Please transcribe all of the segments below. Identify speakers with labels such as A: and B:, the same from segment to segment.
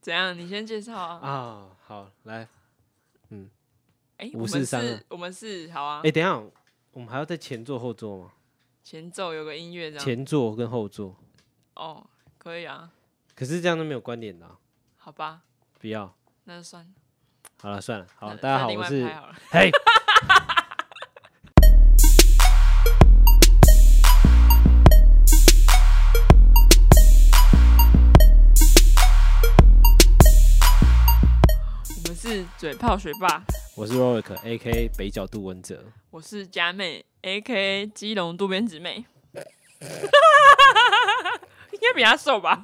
A: 怎样？你先介绍啊。
B: 啊，好，来，
A: 哎、
B: 五
A: 我
B: 四
A: 们
B: 三啊
A: 是，我们是好啊
B: 哎、。等一下，我们还要在前座后座吗？
A: 前奏有个音乐这样。
B: 前座跟后座，
A: 哦，可以啊，
B: 可是这样都没有关联的、啊，
A: 好吧，
B: 不要。
A: 那就算了。
B: 好了，算了，好，
A: 那
B: 大家
A: 那
B: 好，
A: 另
B: 我
A: 外
B: 是
A: 拍好了
B: 嘿。
A: 我们是嘴炮学霸，
B: 我是 Roic A K 北角杜文哲。
A: 我是佳妹，A K 基隆渡边直妹。 应该比他瘦吧？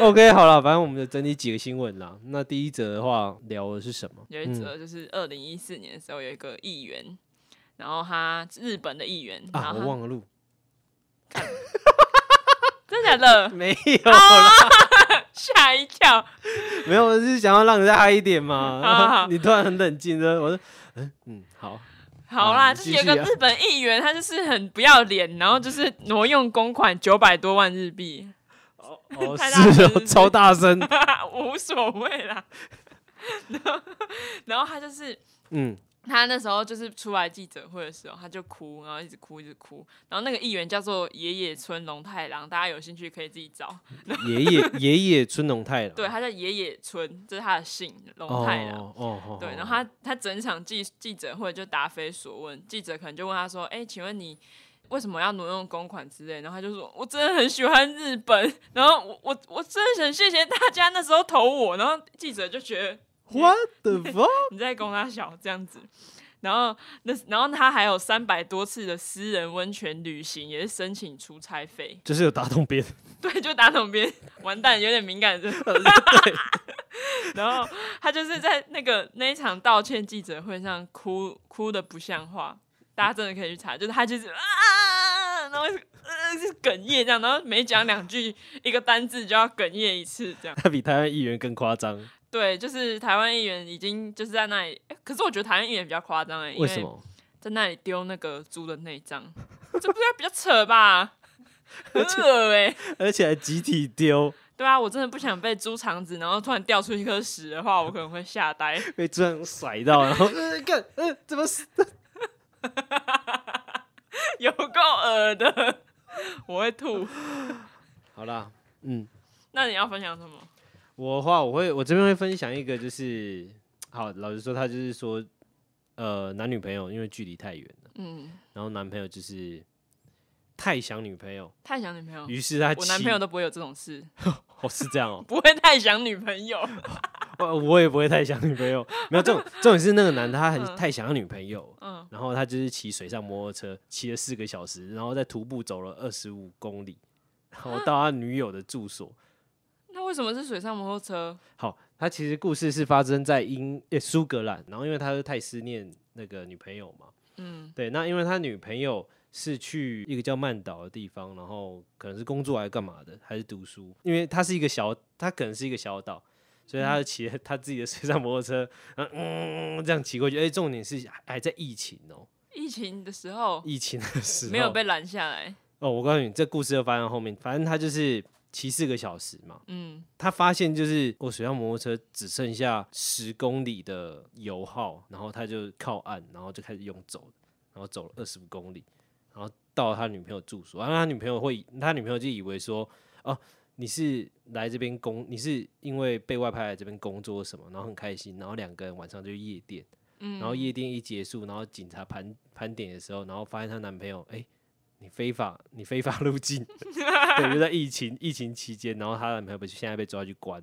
B: OK，好了，反正我们就整理几个新闻啦。那第一则的话，聊的是什么？
A: 有一则就是二零一四年的时候，有一个议员，然后他日本的议员，然
B: 啊，
A: 后
B: 我
A: 他
B: 忘了录，
A: 真的假的？
B: 没有啦，
A: 吓一跳！
B: 没有，我是想要让人家嗨一点嘛
A: 好。
B: 你突然很冷静的，我说，嗯嗯，好，
A: 好啦，
B: 啊
A: 就
B: 你
A: 是
B: 继
A: 有一
B: 续
A: 个
B: 啊
A: 日本议员，他就是很不要脸，然后就是挪用公款九百多万日币，
B: 哦哦，
A: 太大声
B: 是
A: 是
B: 哦，
A: 不是
B: 超大声，
A: 无所谓啦。 然后，然后他就是
B: 嗯，
A: 他那时候就是出来记者会的时候，他就哭，然后一直哭，一直哭。然后那个议员叫做野野村龙太郎，大家有兴趣可以自己找。
B: 爷爷爷爷村龙太郎，
A: 对，他叫野野村，这是他的姓，龙太郎。
B: 哦哦哦，
A: 对，
B: 哦
A: 然后他他整场记记者会就答非所问，记者可能就问他说：“哎、请问你为什么要挪用公款之类？”然后他就说：“我真的很喜欢日本，然后我我我真的很谢谢大家那时候投我。”然后记者就觉得
B: What the fuck？
A: 你在供他小这样子。然后那然后他还有三百多次的私人温泉旅行，也是申请出差费。
B: 就是有打动别人，
A: 对，就打桶边，完蛋，有点敏感。 这 然后他就是在那个那一场道歉记者会上哭哭的不像话，大家真的可以去查，就是他就是啊，然后是呃是哽咽这样，然后每讲两句一个单字就要哽咽一次这样。
B: 他比台湾议员更夸张，
A: 对，就是台湾议员已经就是在那里，诶可是我觉得台湾议员比较夸张哎、因
B: 为什
A: 为
B: 么？
A: 在那里丢那个猪的内脏，这不要比较扯吧？ 很恶哎、
B: 而且还集体丢，
A: 对啊，我真的不想被猪肠子，然后突然掉出一颗屎的话，我可能会吓呆。
B: 被桌上甩到，然后呃，干呃，怎么死？
A: 有够恶的，我会吐。
B: 好啦，嗯，
A: 那你要分享什么？
B: 我的话，我会我这边会分享一个，就是好，老实说，他就是说，呃，男女朋友因为距离太远了，
A: 嗯，
B: 然后男朋友就是太想女朋友，
A: 太想女朋友，
B: 于是他
A: 哦我男
B: 骑
A: 朋友都不会有这种事，、
B: 哦是这样哦
A: 不会太想女朋友。
B: 我呃我也不会太想女朋友，没有这种这种是那个男的他很、
A: 嗯
B: 太想要女朋友，
A: 嗯，
B: 然后他就是骑水上摩托车骑了四个小时，然后再徒步走了二十五公里，然后到他女友的住所，
A: 那为什么是水上摩托车？
B: 好，他其实故事是发生在英诶苏格兰，然后因为他是太思念那个女朋友嘛，
A: 嗯，
B: 对，那因为他女朋友是去一个叫曼岛的地方，然后可能是工作还是干嘛的，还是读书，因为他是一个小，他可能是一个小岛。所以他就骑了他自己的水上摩托车，然后嗯这样骑过去，而且重点是还还在疫情哦、
A: 疫情的时候
B: 疫情的时候
A: 没有被拦下来。
B: 哦，我告诉你，这故事就发生在后面，反正他就是骑四个小时嘛，
A: 嗯，
B: 他发现就是我水上摩托车只剩下十公里的油耗，然后他就靠岸，然后就开始用走的，然后走了二十五公里，然后到他女朋友住所，然后啊他女朋友会以，他女朋友就以为说，哦，你是来这边工，你是因为被外派来这边工作什么，然后很开心，然后两个人晚上就去夜店，
A: 嗯
B: 然后夜店一结束，然后警察盘盘点的时候，然后发现她男朋友，哎、你非法，你非法入境， 对，就在疫情疫情期间，然后她男朋友被现在被抓去关，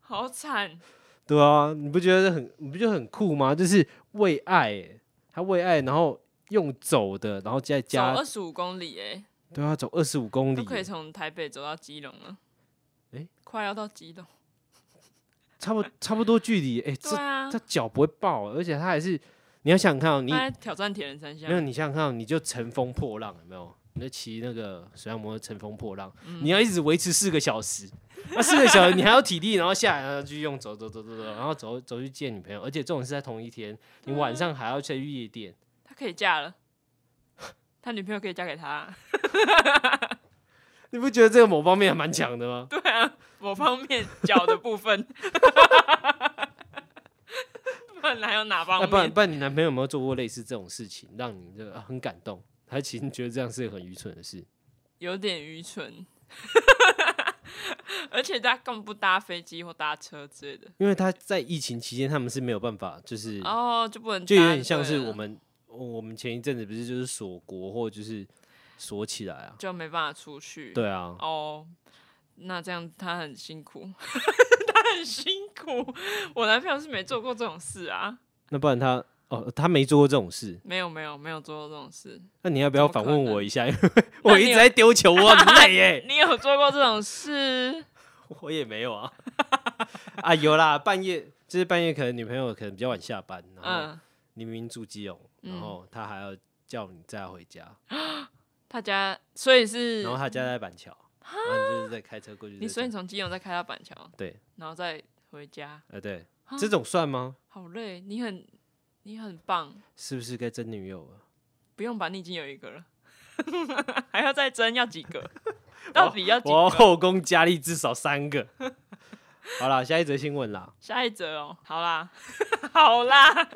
A: 好惨，
B: 对啊，你不觉得很你不觉得很酷吗？就是为爱、欸，他为爱，然后用走的，然后再
A: 走
B: 加
A: 二，十五公里哎、
B: 对啊，走二十五公
A: 都
B: 里
A: 可以
B: 欸，
A: 从台北走到基隆了。
B: 诶
A: 快要到基隆。
B: 差不差不多距离，哎、
A: 对
B: 这
A: 啊
B: 他，脚不会爆，而且他还是，你要想想看、哦，你
A: 他在挑战铁人三项
B: 没。有，你想想看哦，你就乘风破浪，有没有？你就骑那个水上摩托乘风破浪，你要一直维持四个小时， 那四个小时你还要体力，然后下来，然后去用走走走走走，然后走走去见女朋友，而且这种是在同一天，你晚上还要去夜店，
A: 他可以嫁了，他女朋友可以嫁给他。
B: 你不觉得这个某方面还蛮强的吗？
A: 对啊，某方面脚的部分， 不然还有哪方
B: 那啊不然
A: 面？
B: 不然你男朋友有没有做过类似这种事情，让你这个啊很感动？还其实你觉得这样是很愚蠢的事？
A: 有点愚蠢， 而且他更不搭飞机或搭车之类的，
B: 因为他在疫情期间，他们是没有办法，就是
A: 哦，就不能搭
B: 就有点像是
A: 对了
B: 我们我们前一阵子不是就是锁国或就是锁起来啊？
A: 就没办法出去。
B: 对啊，
A: 哦，那这样他很辛苦， 他很辛苦。我男朋友是没做过这种事啊，
B: 那不然他哦他没做过这种事，
A: 没有没有没有做过这种事。
B: 那你要不要
A: 怎么
B: 反
A: 可
B: 问
A: 能
B: 我一下？ 因为
A: 那
B: 我
A: 你
B: 一直
A: 有。
B: 在丢球，我很累 耶
A: 你有做过这种事？
B: 我也没有啊， 啊有啦，半夜就是半夜，可能女朋友可能比较晚下班，然后
A: 嗯，
B: 你明明住基隆，然
A: 嗯
B: 后她还要叫你载她回家，
A: 他家所以是嗯
B: 然后她家在板桥，然后你就是在开车过去
A: 你，
B: 再
A: 所以
B: 载
A: 你从基隆再开到板桥，
B: 对，
A: 然后再回家，
B: 呃对
A: 啊，
B: 这种算吗？
A: 好累。你很你很棒，
B: 是不是该真女友了？
A: 不用吧？你已经有一个了， 还要再争要几个？到底要几
B: 我要
A: 个？
B: 后宫佳丽至少三个。 好啦，下一则新闻啦，
A: 下一则哦，好啦， 好啦，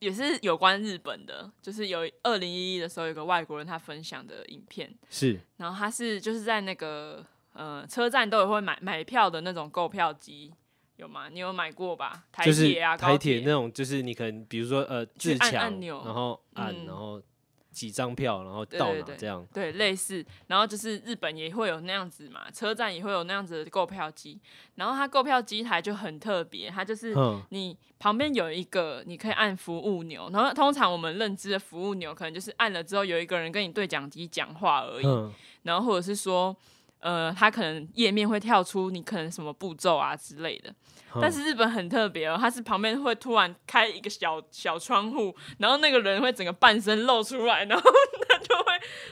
A: 也是有关日本的，就是有二零一一的时候，有个外国人他分享的影片，
B: 是
A: 然后他是就是在那个呃车站都有会买买票的那种购票机，有吗？你有买过吧？台
B: 就是
A: 铁啊，高
B: 台铁那种，就是你可能比如说呃
A: 去
B: 自
A: 按
B: 强
A: 按，钮
B: 然后按，
A: 嗯
B: 然后几张票，然后
A: 对
B: 到
A: 对
B: 哪
A: 对
B: 这样。
A: 对，类似，然后就是日本也会有那样子嘛，车站也会有那样子的购票机，然后它购票机台就很特别，它就是
B: 嗯，
A: 你旁边有一个你可以按服务钮，然后通常我们认知的服务钮可能就是按了之后有一个人跟你对讲机讲话而已，
B: 嗯，
A: 然后或者是说，呃，它可能页面会跳出你可能什么步骤啊之类的。
B: 嗯
A: 但是日本很特别哦，它是旁边会突然开一个小小窗户，然后那个人会整个半身露出来，然后 他就会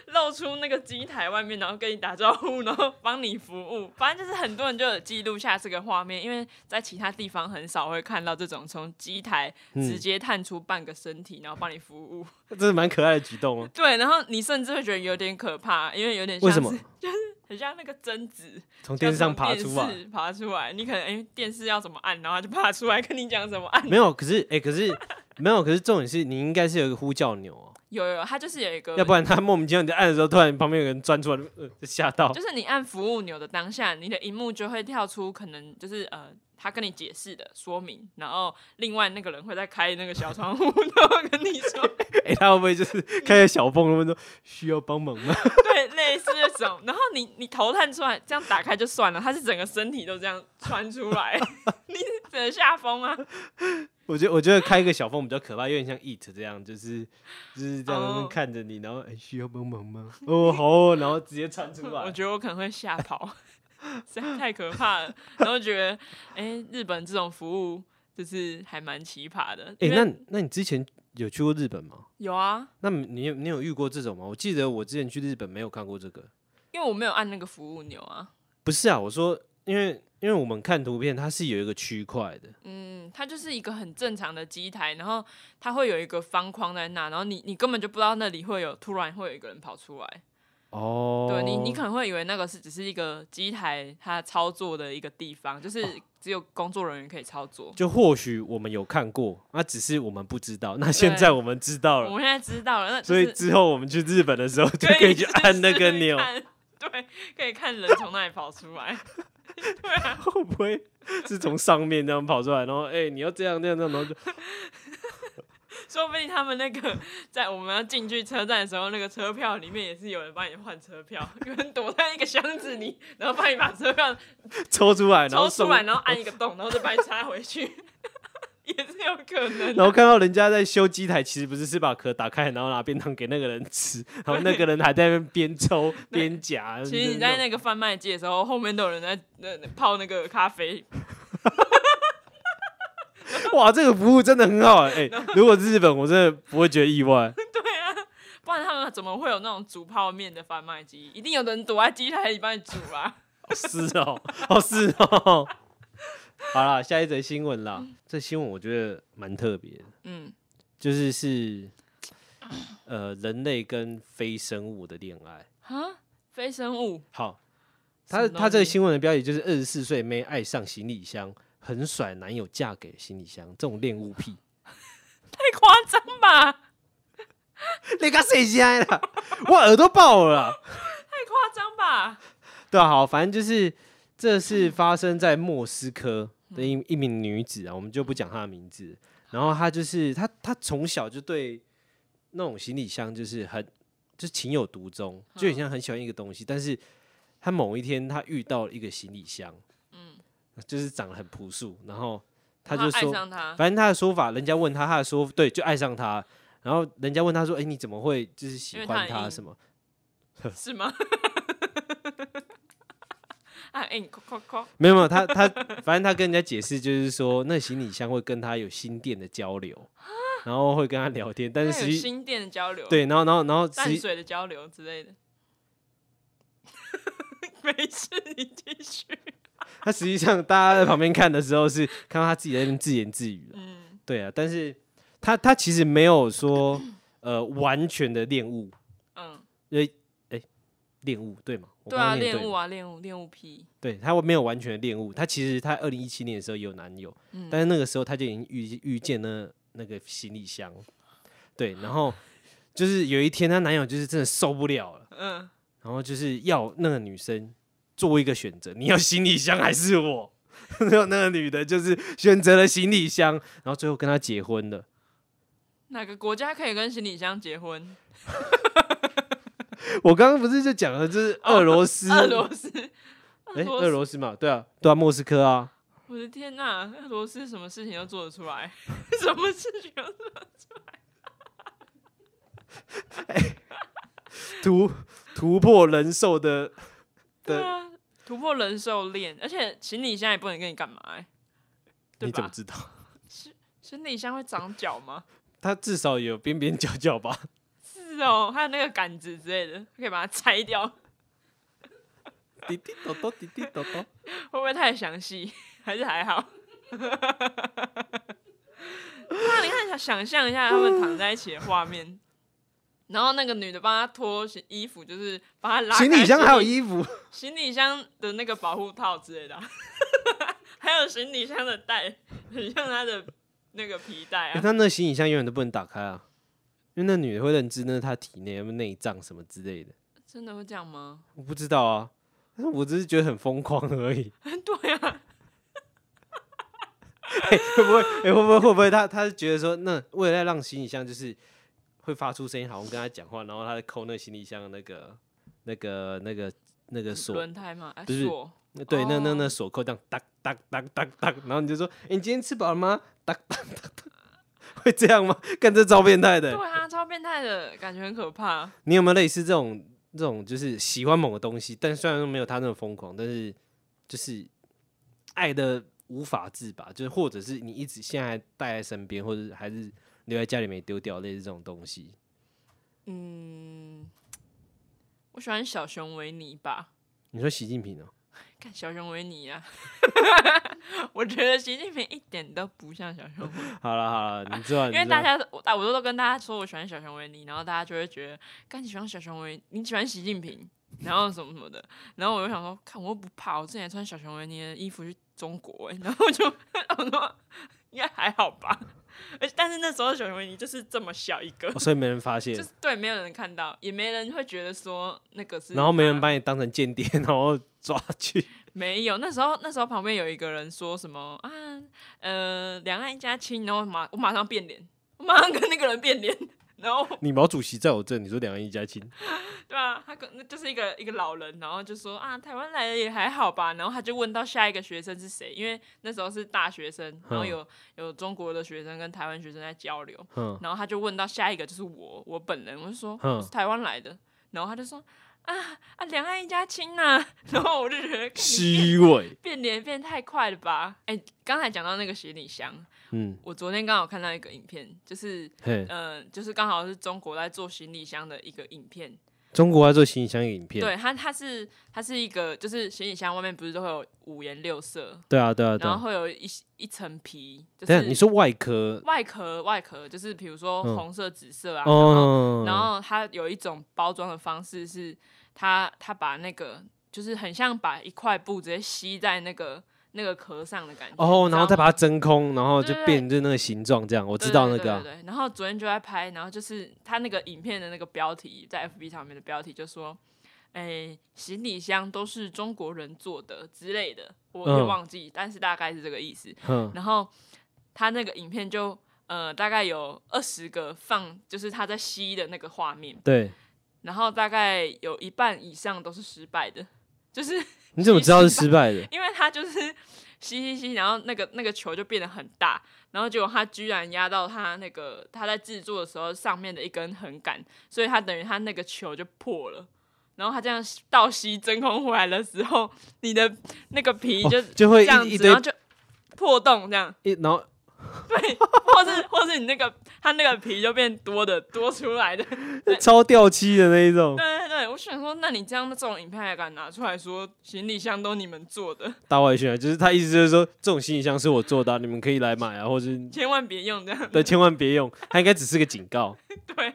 A: 露出那个机台外面，然后跟你打招呼，然后帮你服务。反正就是很多人就有记录下这个画面，因为在其他地方很少会看到这种从机台
B: 嗯
A: 直接探出半个身体，然后帮你服务。
B: 这是蛮可爱的举动 哦。
A: 对，然后你甚至会觉得有点可怕，因为有点像
B: 为
A: 是
B: 什么
A: 很像那个贞子
B: 从
A: 要
B: 电视上
A: 从
B: 爬
A: 电
B: 出啊？
A: 视爬出来。你可能哎、电视要怎么按，然后他就爬出来跟你讲怎么按。
B: 没有，可是哎、可是 没有，可是重点是你应该是有一个呼叫钮哦、
A: 有有，它就是有一个，
B: 要不然他莫名其妙你在按的时候，突然旁边有人钻出来，呃，就吓到
A: 就。是你按服务钮的当下，你的荧幕就会跳出，可能就是呃，他跟你解释的说明，然后另外那个人会再开那个小窗户， 然后跟你说，
B: 哎、他会不会就是开个小缝，他们说需要帮忙吗？
A: 对，类似这种。然后你你头探出来，这样打开就算了，他是整个身体都这样穿出来， 你整个吓疯啊！
B: 我觉得我觉得开一个小缝比较可怕，有点像 eat 这样，就是就是这
A: 哦
B: 样看着你，然后哎、需要帮忙吗？哦好哦，然后直接窜出
A: 我
B: 来。
A: 觉得我可能会吓跑， 实在太可怕了。然后觉得，哎、日本这种服务就是还蛮奇葩的。
B: 哎、
A: 因为
B: 那那你之前有去过日本吗？
A: 有啊，
B: 那你有你有遇过这种吗？我记得我之前去日本没有看过这个。
A: 因为我没有按那个服务钮啊。
B: 不是啊，我说，因为因为我们看图片，它是有一个区块的，
A: 嗯，它就是一个很正常的机台，然后它会有一个方框在那，然后你你根本就不知道那里会有突然会有一个人跑出来，
B: 哦，
A: 对你你可能会以为那个是只是一个机台它操作的一个地方，
B: 哦
A: 就是只有工作人员可以操作。
B: 就或许我们有看过，那、只是我们不知道，那现在我们知道
A: 我
B: 了，
A: 们现在知道了，那就
B: 所以
A: 是
B: 之后我们去日本的时候就 可以去按那个钮，
A: 试试看对，可以看人从那里跑出来。 对啊，
B: 会不会是从上面这样跑出来，然后哎、你要这样这样这样，然后就
A: 说不定他们那个在我们要进去车站的时候，那个车票里面也是有人帮你换车票，有人躲在一个箱子里，然后帮你把车票
B: 抽出来，然
A: 抽
B: 后
A: 出
B: 送，
A: 来，然后按一个洞，然后再把你插回去， 也是有可能的。
B: 然后看到人家在修机台，其实不是是把壳打开，然后拿便当给那个人吃，然后那个人还在那边 边抽 边夹，
A: 其实你在那个贩卖机的时候，后面都有人在那泡那个咖啡，
B: 哇，这个服务真的很好哎、 欸如果是日本，我真的不会觉得意外。
A: 对啊，不然他们怎么会有那种煮泡面的贩卖机？一定有人躲在机台里帮你煮啊。
B: 是哦，哦是哦。 好啦，下一则新闻啦。这新闻我觉得蛮特别的，
A: 嗯，
B: 就是是呃人类跟非生物的恋爱。
A: 啊，非生物。
B: 好，他
A: 什么
B: 他这个
A: 东西
B: 新闻的标题就是“二十四岁妹爱上行李箱，狠甩男友嫁给行李箱”，这种恋物癖，
A: 太夸张吧？
B: 你个谁家啦？ 我耳朵爆了啦！
A: 太夸张吧？
B: 对啊，好，反正就是这
A: 嗯
B: 是发生在莫斯科的一一名女子啊，我们就不讲她的名字。然后她就是她，她从小就对那种行李箱就是很就是情有独钟，就
A: 嗯
B: 很像很喜欢一个东西。但是她某一天她遇到了一个行李箱，嗯，就是长得很朴素，然后她就
A: 爱
B: 说，
A: 上他，
B: 反正她的说法，人家问她，她的说对，就爱上他。然后人家问她说：“哎，你怎么会就是喜
A: 因为她
B: 欢
A: 很
B: 他
A: 硬
B: 什么？”
A: 是吗？ 啊，哎、你扣扣扣，
B: 没有没有，他他反正他跟人家解释就是说，那行李箱会跟他有心电的交流，然后会跟他聊天，但是
A: 啊那
B: 实
A: 有
B: 际
A: 心电的交流，，
B: 对，然后然后然后实
A: 淡
B: 际
A: 水的交流之类的。 没事，你继续。
B: 他实际上大家在旁边看的时候是看到他自己在那边自言自语的，
A: 嗯，
B: 对啊，但是他他其实没有说呃完全的恋物
A: 嗯，
B: 恋物对吗？我
A: 对
B: 刚
A: 啊，
B: 刚念
A: 恋物
B: 吗
A: 啊，恋物，恋物癖。
B: 对他没有完全的恋物，他其实他二零一七年的时候也有男友，
A: 嗯
B: 但是那个时候他就已经遇遇见了那个行李箱，对，然后就是有一天她男友就是真的受不了了，
A: 嗯，
B: 然后就是要那个女生做一个选择，你要行李箱还是我？ 然后那个女的就是选择了行李箱，然后最后跟他结婚了。
A: 哪个国家可以跟行李箱结婚？
B: 我刚刚不是就讲了，就是俄罗 斯，
A: 俄罗斯，俄
B: 哎，
A: 罗斯
B: 俄罗斯嘛，对啊，对啊，莫斯科啊，
A: 我的天呐，俄罗斯什么事情都做得出来， 什么事情都做得
B: 突突破人兽的
A: 对
B: 的，
A: 啊，突破人兽恋，而且行李箱也不能跟你干嘛、欸，对
B: 你怎么
A: 吧？
B: 知道？
A: 行李箱会长脚吗？
B: 他至少有边边角角吧？
A: 是哦，还有那个杆子之类的，可以把它拆掉，
B: 滴滴咚咚，滴滴咚咚。
A: 会不会太详细？ 还是还好？那你看，想想象一下他们躺在一起的画面，然后那个女的帮他脱鞋衣服，就是把他拉开
B: 行李箱还有
A: 衣。
B: 衣服，
A: 行李箱的那个保护套之类的啊、 还有行李箱的带，很像他的那个皮带
B: 欸
A: 啊。
B: 他那行李箱永远都不能打开啊，因为那女的会认知那是她体内有没有内脏什么之类的，
A: 真的会这样吗？
B: 我不知道啊，但是我只是觉得很疯狂而已。
A: 对啊，
B: 欸会不会？欸、会不会？会不会他？他是觉得说，那为了让行李箱就是会发出声音，好像跟他讲话，然后他在抠那行李箱的那个、那个、那个、那个锁，
A: 轮胎嘛，哎
B: 不是
A: 锁
B: 对，那那
A: 哦
B: 那锁扣这样哒哒哒哒哒，然后你就说，欸你今天吃饱了吗？哒哒哒哒，会这样吗？ 看这超变态的欸、
A: 对啊，超变态的感觉很可怕。
B: 你有没有类似这种这种，就是喜欢某个东西，但虽然说没有他那么疯狂，但是就是爱的无法自拔，就是或者是你一直现在带在身边，或者还是留在家里没丢掉，类似这种东西。
A: 嗯，我喜欢小熊维尼吧，
B: 你说习近平哦、
A: 看小熊维尼啊， 我觉得习近平一点都不像小熊维尼。
B: 好了好了，你知道，
A: 因为
B: 你知道
A: 大家我啊我都都跟大家说我喜欢小熊维尼，然后大家就会觉得，干你喜欢小熊维，你喜欢习近平，然后什么什么的，然后我就想说，看我又不怕，我之前还穿小熊维尼的衣服去中国、欸，然 后我就我说应该还好吧，而且但是那时候小熊维尼就是这么小一个
B: 哦，所以没人发现
A: 就，是对没有人看到，也没人会觉得说那个是他，
B: 然后没人把你当成间谍， 然后抓去。
A: 没有，那时候那时候旁边有一个人说什么啊，呃，两岸一家亲，然后我马我马上变脸，我马上跟那个人变脸，然后。
B: 你毛主席在我这，你说两岸一家亲，
A: 对啊，他跟那就是一个一个老人，然后就说啊，台湾来的也还好吧。然后他就问到下一个学生是谁，因为那时候是大学生，然后
B: 嗯
A: 有、有中国的学生跟台湾学生在交流，
B: 嗯，
A: 然后他就问到下一个就是我，我本人，我就说
B: 嗯
A: 我是台湾来的，然后他就说啊啊，两岸一家亲呐、 然后我就觉得看你变
B: 虚伪，
A: 变脸变太快了吧？哎、刚才讲到那个行李箱，
B: 嗯，
A: 我昨天刚好看到一个影片，就是
B: 嘿，
A: 嗯、呃就是刚好是中国在做行李箱的一个影片，
B: 中国要做行李箱影片，
A: 对，它它是它是一个，就是行李箱外面不是都会有五颜六色，
B: 对啊，对啊，对
A: 然
B: 啊
A: 后。会有一一层皮，就
B: 等一下
A: 是
B: 你说外壳
A: 外壳外壳，就是比如说
B: 嗯
A: 红色、紫色啊，
B: 哦，
A: 然后然后它有一种包装的方式是它它把那个。就是很像把一块布直接吸在那个那个壳上的感觉。
B: 哦，
A: 你知
B: 然后
A: 道
B: 再
A: 吗
B: 把它真空，然后就
A: 对对对
B: 变成那个形状这样。我
A: 我
B: 知道那个啊
A: 对对对对。然后昨天就在拍，然后就是他那个影片的那个标题，在 FB 上面的标题就说：“哎、行李箱都是中国人做的之类的。”我有
B: 嗯
A: 点忘记，但是大概是这个意思。
B: 哼，
A: 然后他那个影片就呃大概有二十个放，就是他在吸的那个画面，
B: 对，
A: 然后大概有一半以上都是失败的，就是
B: 你怎么知道是失败的？
A: 因为他就是 吸吸吸，然后那个那个球就变得很大，然后结果他居然压到他那个他在制作的时候上面的一根横杆，所以他等于他那个球就破了。然后他这样倒吸真空回来的时候，你的那个皮
B: 哦
A: 就
B: 就会
A: 这样
B: 一一
A: 子，
B: 堆
A: 然后就破洞这样，
B: 一，然后
A: 或是或是你那个它那个皮就变多的多出来的。
B: 哦超掉漆的那一种，
A: 对对对，我想说，那你这样的这种影片还敢拿出来说行李箱都你们做的，
B: 大外宣啊，就是他意思就是说，这种行李箱是我做的啊、你们可以来买啊，或者
A: 千万别用这样。
B: 对，千万别用，他应该只是个警告。
A: 对，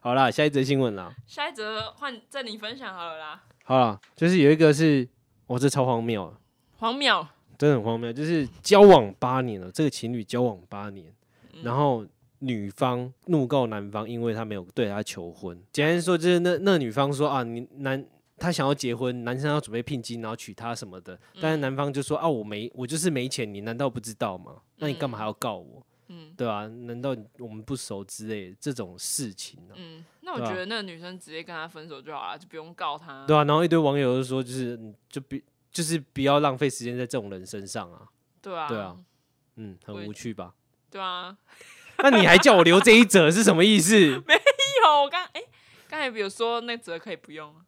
B: 好啦，下一则新闻啦，
A: 下一则换这里分享好了啦。
B: 好啦，就是有一个是，我这超荒谬啊，
A: 黄淼，
B: 真的很荒谬，就是交往八年了，这个情侣交往八年，
A: 嗯
B: 然后女方怒告男方，因为他没有对她求婚。简单说，就是那那女方说啊，你男他想要结婚，男生要准备聘金，然后娶她什么的，但是男方就说啊，我没我就是没钱，你难道不知道吗？那你干嘛还要告我？
A: 嗯
B: 对吧、难道你我们不熟之类的这种事情啊？
A: 嗯，那我
B: 对啊
A: 觉得那个女生直接跟他分手就好了，就不用告他。
B: 对啊，然后一堆网友就说，就是你就不就是不要浪费时间在这种人身上啊，
A: 对啊，
B: 对啊，嗯，
A: 我
B: 很
A: 也
B: 无趣吧？
A: 对啊。
B: 那你还叫我留这一折是什么意思？
A: 有我刚哎，刚才比如说那则可以不用啊，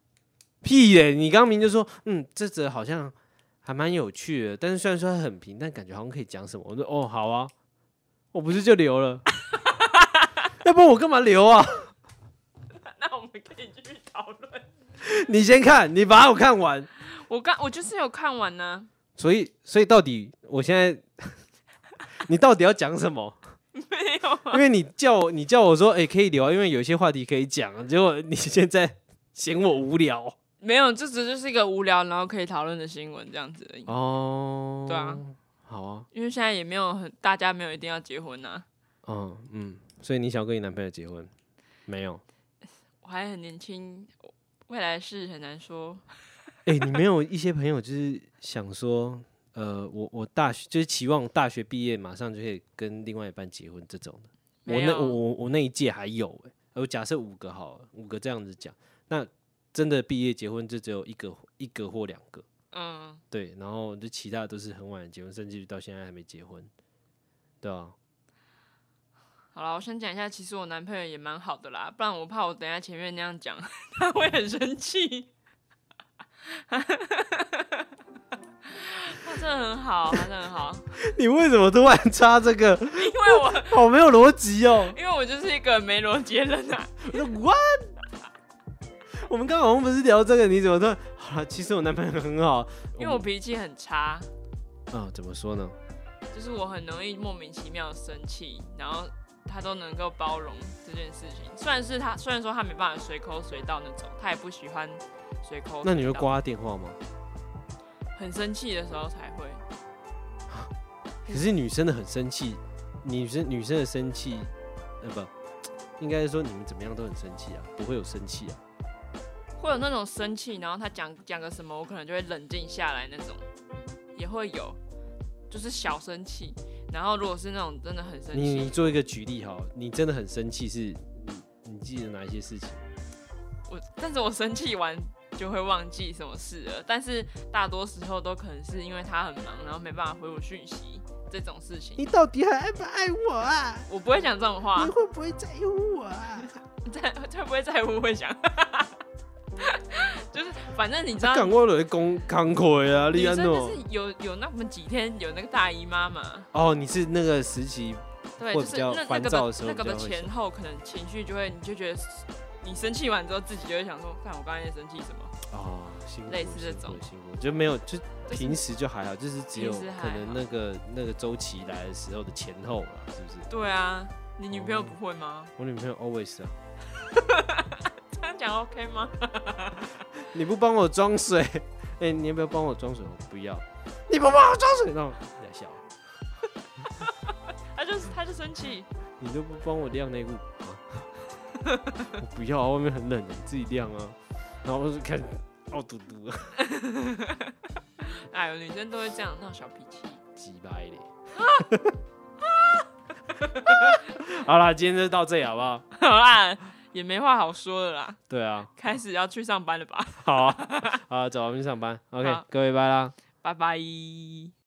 B: 屁嘞、你刚明就说，嗯，这折好像还蛮有趣的，但是虽然说它很平，但感觉好像可以讲什么。我说哦，好啊，我不是就留了， 要不然我干嘛留啊？
A: 那 我们可以继续讨论。
B: 你先看，你把我看完。
A: 我刚我就是有看完呢、
B: 所以，所以到底我现在， 你到底要讲什么？
A: 没有啊
B: 因为你叫我，你叫我说，哎、可以聊啊，因为有些话题可以讲啊。结果你现在嫌我无聊
A: 没有，这只就是一个无聊然后可以讨论的新闻这样子而已。
B: 哦。
A: 对啊，
B: 好啊，
A: 因为现在也没有很，大家没有一定要结婚啊呐、
B: 嗯嗯，所以你想要跟你男朋友结婚？没有？
A: 我还很年轻，我未来的事很难说。
B: 哎、你没有一些朋友就是想说，呃，我我大学就是期望大学毕业马上就可以跟另外一半结婚这种的。我
A: 没
B: 那
A: 有
B: 我我我那一届还有哎、我假设五个好了，五个这样子讲，那真的毕业结婚就只有一个一个或两个。
A: 嗯，
B: 对，然后就其他的都是很晚结婚，甚至到现在还没结婚，对啊，
A: 好了，我先讲一下，其实我男朋友也蛮好的啦，不然我怕我等一下前面那样讲，他会很生气。他真的很好，他真的很好，
B: 你为什么突然插这个？
A: 因为我
B: 好没有逻辑哦！
A: 因为我就是一个没逻辑的人啊。
B: 我说 what？我们刚刚好像不是聊这个，你怎么突然？好了，其实我男朋友很好，
A: 因为
B: 嗯
A: 我脾气很差，
B: 啊、怎么说呢？
A: 就是我很容易莫名其妙地生气，然后他都能够包容这件事情。虽然是他，虽然说他没办法随口随到那种，他也不喜欢随口。
B: 那你会？挂他电话吗？
A: 很生气的时候才会。
B: 可是女生的很生气，女生女生的生气，呃不，应该是说你们怎么样都很生气啊，不会有生气啊。
A: 会有那种生气，然后他讲讲个什么，我可能就会冷静下来那种，也会有，就是小生气。然后如果是那种真的很生
B: 你你
A: 气，
B: 做一个举例好了，你真的很生气是，你你记得哪一些事情？
A: 我但是我生气完就会忘记什么事了。但是大多时候都可能是因为他很忙，然后没办法回我讯息这种事情，
B: 到底还爱不爱我啊？
A: 我不会讲这种话，
B: 会不会在乎我啊？
A: 在会不会在乎会讲， 就是反正你知道
B: 他。讲我就是公康亏啊，
A: 女
B: 你安
A: 生
B: 诺
A: 就是有有那么几天有那个大姨妈嘛，
B: 哦，你是那个时期
A: 对，
B: 会
A: 就
B: 比
A: 是
B: 较
A: 那那
B: 烦
A: 个
B: 躁的
A: 的
B: 时候
A: 那个的
B: 比较会
A: 前后，可能情绪就会，你就觉得你生气完之后，自己就会想说，看我刚才在生气什么？
B: 哦，辛苦
A: 类似这
B: 辛苦
A: 种
B: 辛苦，就没有就
A: 就是
B: 平时就还好，就是只有
A: 平时还好
B: 可能那个那个周期来的时候的前后啦，是不是？
A: 啊对啊，你女朋友
B: 哦
A: 不会吗？
B: 我女朋友 always 啊，
A: 她讲 OK 吗？
B: 你不帮我装水， 哎、你要不要帮我装水？我不要，你不帮我装水，那我你来笑，
A: 他就是他就生气，
B: 你都不帮我晾内裤 啊？我不要啊，外面很冷的，你自己晾啊。然后我就看，哦嘟嘟啊，
A: 哎呦，女生都会这样闹小脾气。
B: 鸡巴嘞。 好啦，今天就到这里好不好？
A: 好啦，啊也没话好说了啦，
B: 对啊，
A: 开始要去上班了吧？
B: 好啊，好啊，走，我们去上班。OK，
A: 好
B: 各位拜啦。
A: 拜拜。